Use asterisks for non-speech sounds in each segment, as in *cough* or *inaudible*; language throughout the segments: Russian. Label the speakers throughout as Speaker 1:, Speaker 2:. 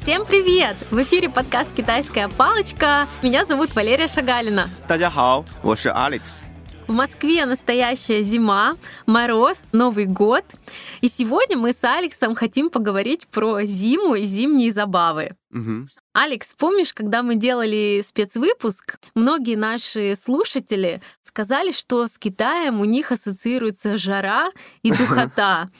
Speaker 1: Всем привет! В эфире подкаст «Китайская палочка». Меня зовут Валерия Шагалина.
Speaker 2: 大家好，我是 Alex。
Speaker 1: В Москве настоящая зима, мороз, Новый год. И сегодня мы с Алексом хотим поговорить про зиму и зимние забавы.
Speaker 2: Мгм.
Speaker 1: Алекс, помнишь, когда мы делали спецвыпуск, многие наши слушатели сказали, что с Китаем у них ассоциируется жара и духота.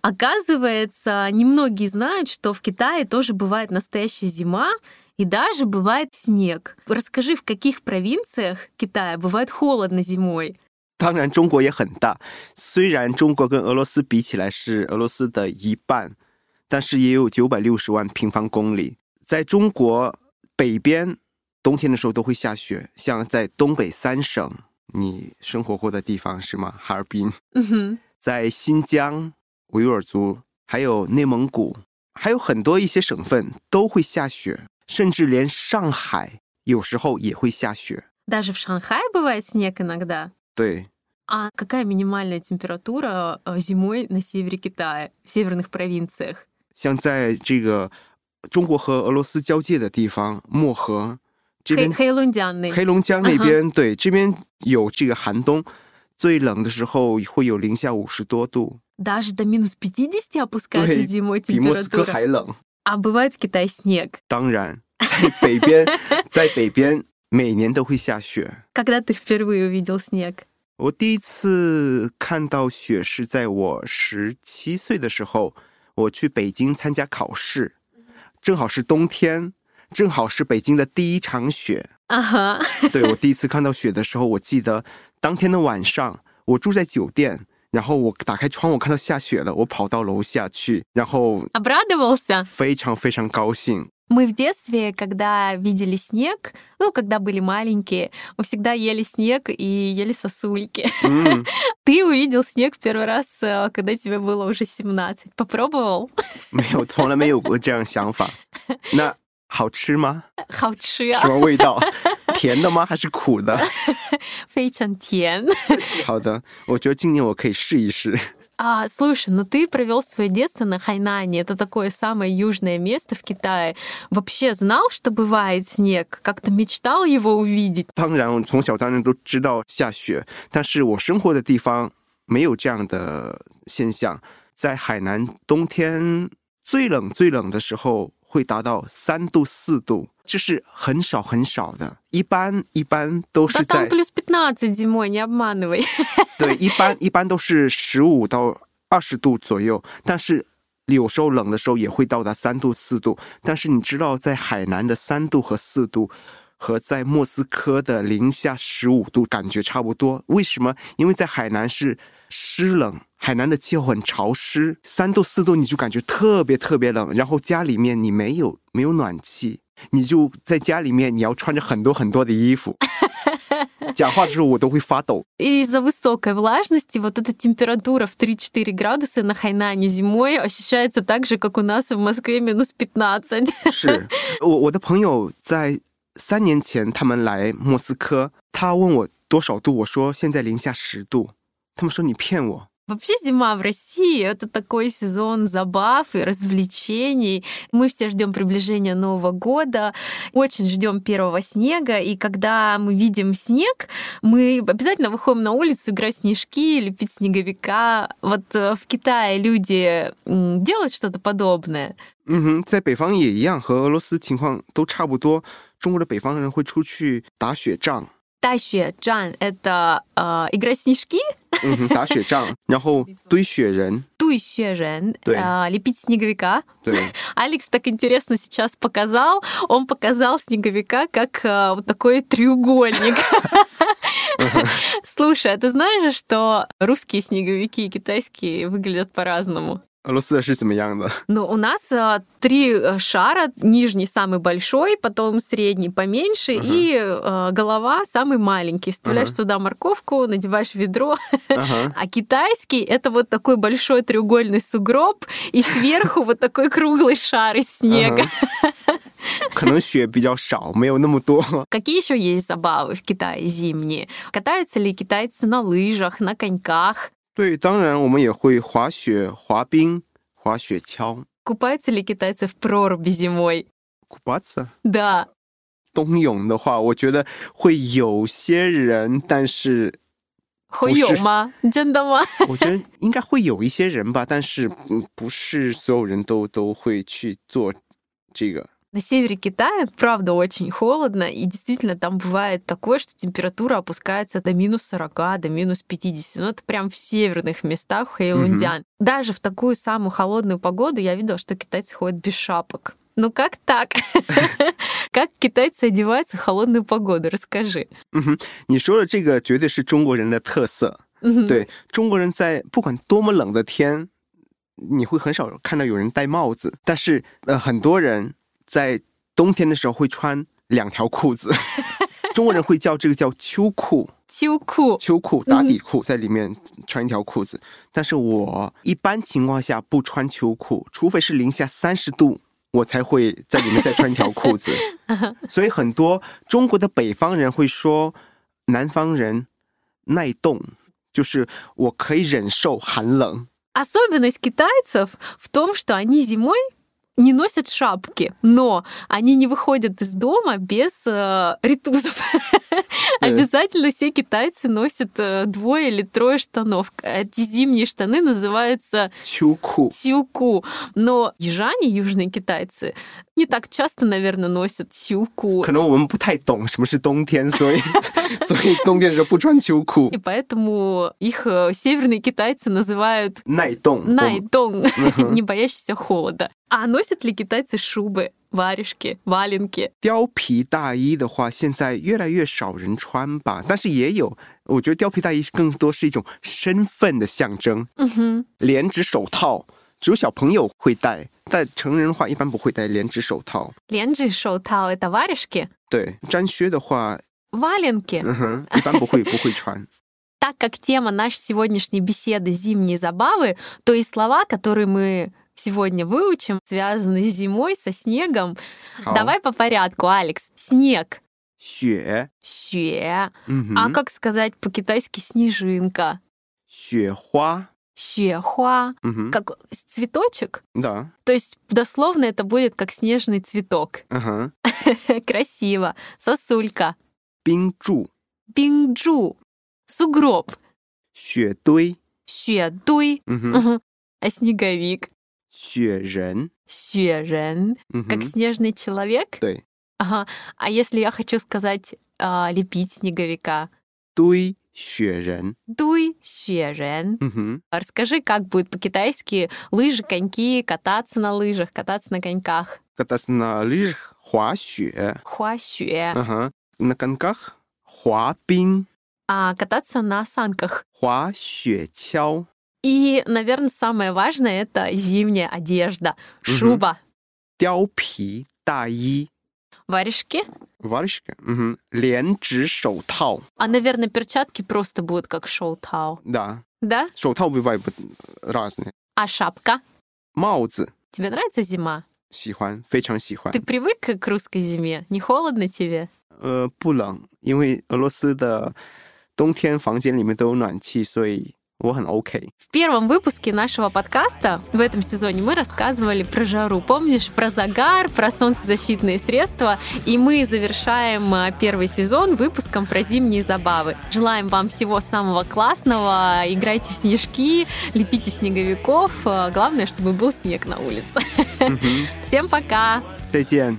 Speaker 1: Оказывается, немногие знают, что в Китае тоже бывает настоящая зима и даже бывает снег. Расскажи, в каких провинциях Китая бывает холодно зимой?
Speaker 2: 当然，中国也很大。虽然中国跟俄罗斯比起来是俄罗斯的一半，但是也有九百六十万平方公里。在中国北边，冬天的时候都会下雪，像在东北三省，你生活过的地方是吗？哈尔滨。
Speaker 1: Мгм.
Speaker 2: 在新疆、维吾尔族，还有内蒙古，还有很多一些省份都会下雪，甚至连上海有时候也会下雪。
Speaker 1: Даже в Шанхае бывает снег иногда.
Speaker 2: 对，
Speaker 1: А какая минимальная температура э, зимой на севере Китая, в северных провинциях?
Speaker 2: 像在这个中国和俄罗斯交界的地方，漠河这
Speaker 1: 黑
Speaker 2: 边，
Speaker 1: 黑龙江那
Speaker 2: 黑龙江那边，对，这边有这个寒冬，最冷的时候会有零下五十多度，
Speaker 1: даже до минус 50 опускается
Speaker 2: Ой,
Speaker 1: зимой
Speaker 2: 比莫斯科
Speaker 1: температура.
Speaker 2: 还冷。
Speaker 1: А бывает в Китае снег.
Speaker 2: 当然，在北边，在北边每年都会下雪。
Speaker 1: Когда ты впервые увидел снег?
Speaker 2: 我第一次看到雪是在我十七岁的时候，我去北京参加考试，正好是冬天，正好是北京的第一场雪。
Speaker 1: Ага. *laughs*
Speaker 2: 对我第一次看到雪的时候，我记得当天的晚上，我住在酒店，然后我打开窗，我看到下雪了，我跑到楼下去，然后
Speaker 1: Обрадовался.
Speaker 2: 非常非常高兴。
Speaker 1: Мы в детстве, когда видели снег, ну, когда были маленькие, мы всегда ели снег и ели сосульки. *laughs*
Speaker 2: 嗯，
Speaker 1: Ты увидел снег первый раз, э, когда тебе было уже 17. Попробовал? *laughs*
Speaker 2: 没有，从来没有过这样想法。那好吃吗？
Speaker 1: Хаучи,
Speaker 2: 什么味道？甜的吗？还是苦的？
Speaker 1: фейчан тен.
Speaker 2: 好的，我觉得今年我可以试一试。
Speaker 1: А, слушай, ну ты провел свое детство на Хайнане. Это такое самое южное место в Китае. Вообще знал, что бывает снег? Как-то мечтал его увидеть?
Speaker 2: 当然，我从小当然都知道下雪，但是我生活的地方没有这样的现象。在海南，冬天最冷最冷的时候会达到三度四度，这是很少很少的。一般一般都
Speaker 1: Да
Speaker 2: 是
Speaker 1: там
Speaker 2: 在
Speaker 1: плюс 15 зимой, не обманывай. *laughs*
Speaker 2: 对，一般一般都是十五到二十度左右，但是有时候冷的时候也会到达三度四度。但是你知道，在海南的三度和四度，和在莫斯科的零下十五度感觉差不多。为什么？因为在海南是湿冷，海南的气候很潮湿，三度四度你就感觉特别特别冷，然后家里面你没有没有暖气。你就在家里面，你要穿着很多很多的衣服， *laughs* 讲话的时候我都会发抖。
Speaker 1: И из-за высокой влажности вот эта температура в 3-4 градуса на Хайнане зимой ощущается так же, как у нас в Москве минус 15.
Speaker 2: 是我我的朋友在三年前他们来莫斯科，他问我多少度，我说现在零下十度，他们说你骗我。
Speaker 1: Вообще зима в России — это такой сезон забав и развлечений. Мы все ждем приближения Нового года, очень ждем первого снега, и когда мы видим снег, мы обязательно выходим на улицу играть в снежки, лепить снеговика. Вот э, в Китае люди м, делают что-то подобное.
Speaker 2: 嗯哼，在北方也一样，和俄罗斯情况都差不多。中国的北方人会出去打雪仗，
Speaker 1: Тащи джан — это э, игра в снежки,
Speaker 2: 嗯哼，打雪仗，然后堆雪人，
Speaker 1: тующая жен,
Speaker 2: Да.
Speaker 1: э, лепить снеговика.
Speaker 2: 对，
Speaker 1: Алекс так интересно сейчас показал. Он показал снеговика как э, вот такой треугольник. Слушай, а ты знаешь, же, что русские снеговики и китайские выглядят по-разному?
Speaker 2: 俄罗斯的是怎么样的？
Speaker 1: Но у нас э, три э, шара, нижний самый большой, потом средний поменьше, и э, голова самый маленький. Вставляешь
Speaker 2: Ага.
Speaker 1: туда морковку, надеваешь ведро,
Speaker 2: 嗯哼，
Speaker 1: а китайский это вот такой большой треугольный сугроб, и сверху вот такой круглый шар из снега.
Speaker 2: 嗯哼可能雪比较少，没有那么多。
Speaker 1: Какие еще есть забавы в Китае зимние? Катаются ли китайцы на лыжах, на коньках?
Speaker 2: 对，当然我们也会滑雪、滑冰、滑雪橇。
Speaker 1: Купаются ли китайцы в проруби зимой?
Speaker 2: купаться。
Speaker 1: Да，
Speaker 2: 冬泳的话，我觉得会有些人，但是
Speaker 1: 会有吗？真的吗？
Speaker 2: 我觉得应该会有一些人吧，但是嗯不是所有人都都会去做这个。
Speaker 1: На севере Китая, правда, очень холодно, и действительно там бывает такое, что температура опускается до минус 40, до минус 50. Ну, это прям в северных местах Хэйлундиан. Даже в такую самую холодную погоду я видела, что китайцы ходят без шапок. Ну как так? Как китайцы одеваются в холодную погоду? Расскажи.
Speaker 2: 嗯你说的这个绝对是中国人的特色，
Speaker 1: Мгм.
Speaker 2: 对中国人在不管多么冷的天，你会很少看到有人戴帽子，但是呃，很多人在冬天的时候会穿两条裤子。中国人会叫这个叫秋裤，
Speaker 1: Тюку.
Speaker 2: 秋裤打底裤，在里面穿一条裤子。但是我一般情况下不穿秋裤，除非是零下三十度，我才会在里面再穿一条裤 *laughs* 子。所以很多中国的北方人会说，南方人耐冻，就是我可以忍受寒冷。
Speaker 1: Особенность китайцев в том, что они зимой не носят шапки, но они не выходят из дома без э, ритузов. Обязательно все китайцы носят э, двое или трое штанов. Эти зимние штаны называются
Speaker 2: 秋裤，
Speaker 1: тюку, но южане, южные китайцы, не так часто, наверное, носят тюку.
Speaker 2: 可能我们不太懂什么是冬天，所以 *laughs* 所以冬天的时候不穿秋 *laughs* 裤
Speaker 1: И，поэтому их э, северные китайцы называют
Speaker 2: 耐冻。我们
Speaker 1: Найдон, *laughs* не боящийся холода. А носят ли китайцы шубы, варежки, валенки?
Speaker 2: 貂皮大衣的话，现在越来越少人穿吧，但是也有，我觉得貂皮大衣更多是一种身份的象征，
Speaker 1: Мгм.
Speaker 2: 连指手套只有小朋友会戴，但成人的话一般不会戴连指手套。
Speaker 1: Ленджи шоутау — это варежки,
Speaker 2: 对，毡靴的话，
Speaker 1: валенки.
Speaker 2: 嗯哼，一般不会不会穿。
Speaker 1: Так как тема нашей сегодняшней беседы «Зимние забавы», то и слова, которые мы сегодня выучим, связаны с зимой, со снегом. *laughs*
Speaker 2: 好，
Speaker 1: Давай по порядку, Алекс. Снег.
Speaker 2: 雪，
Speaker 1: Щуэ.
Speaker 2: 嗯
Speaker 1: А
Speaker 2: 哼，
Speaker 1: как сказать по-китайски «снежинка»?
Speaker 2: 雪花，
Speaker 1: Щехуа.
Speaker 2: 嗯哼，
Speaker 1: Как с- цветочек?
Speaker 2: 的，
Speaker 1: То есть дословно это будет как снежный цветок.
Speaker 2: 嗯哼，
Speaker 1: *laughs* Красиво. Сосулька.
Speaker 2: 冰柱，
Speaker 1: Бинджу. Сугроб.
Speaker 2: 雪堆，
Speaker 1: Щедуй.
Speaker 2: 嗯哼，
Speaker 1: Мгм. А снеговик.
Speaker 2: 雪人，
Speaker 1: Щерен.
Speaker 2: 嗯
Speaker 1: Как *laughs*
Speaker 2: 哼，
Speaker 1: снежный человек.
Speaker 2: 对，
Speaker 1: Ага. А если я хочу сказать а, лепить снеговика?
Speaker 2: 堆雪人，
Speaker 1: Дуй щерен.
Speaker 2: 嗯哼。
Speaker 1: Расскажи, как будет по-китайски лыжи, коньки, кататься на лыжах, кататься на коньках.
Speaker 2: 那达斯那里滑雪，
Speaker 1: Хуа щуэ.
Speaker 2: 嗯哼，那刚刚滑冰、
Speaker 1: А кататься на санках.
Speaker 2: 滑雪橇、
Speaker 1: И, наверное, самое важное это зимняя одежда. Шуба.
Speaker 2: 貂皮大衣、
Speaker 1: варежки.
Speaker 2: v a r s h 嗯哼，连指手套
Speaker 1: А, наверное, перчатки просто будут как шоу-тау.
Speaker 2: да，
Speaker 1: Да?
Speaker 2: 手套 бывает э, разные，
Speaker 1: А шапка?
Speaker 2: 帽子
Speaker 1: Тебе нравится зима?
Speaker 2: 喜欢，非常喜欢
Speaker 1: Ты，привык к русской зиме? Не холодно тебе?
Speaker 2: 呃，不冷，因为俄罗斯的冬天房间里面都有暖气，所以我很 OK。
Speaker 1: В первом выпуске нашего подкаста в этом сезоне мы рассказывали про жару. Помнишь, про загар, про солнцезащитные средства. И мы завершаем э, первый сезон выпуском про зимние забавы. Желаем вам всего самого классного. Играйте в снежки, лепите А, снеговиков. Э, Главное, чтобы был снег на улице.
Speaker 2: 嗯哼，
Speaker 1: Всем пока!
Speaker 2: 再见。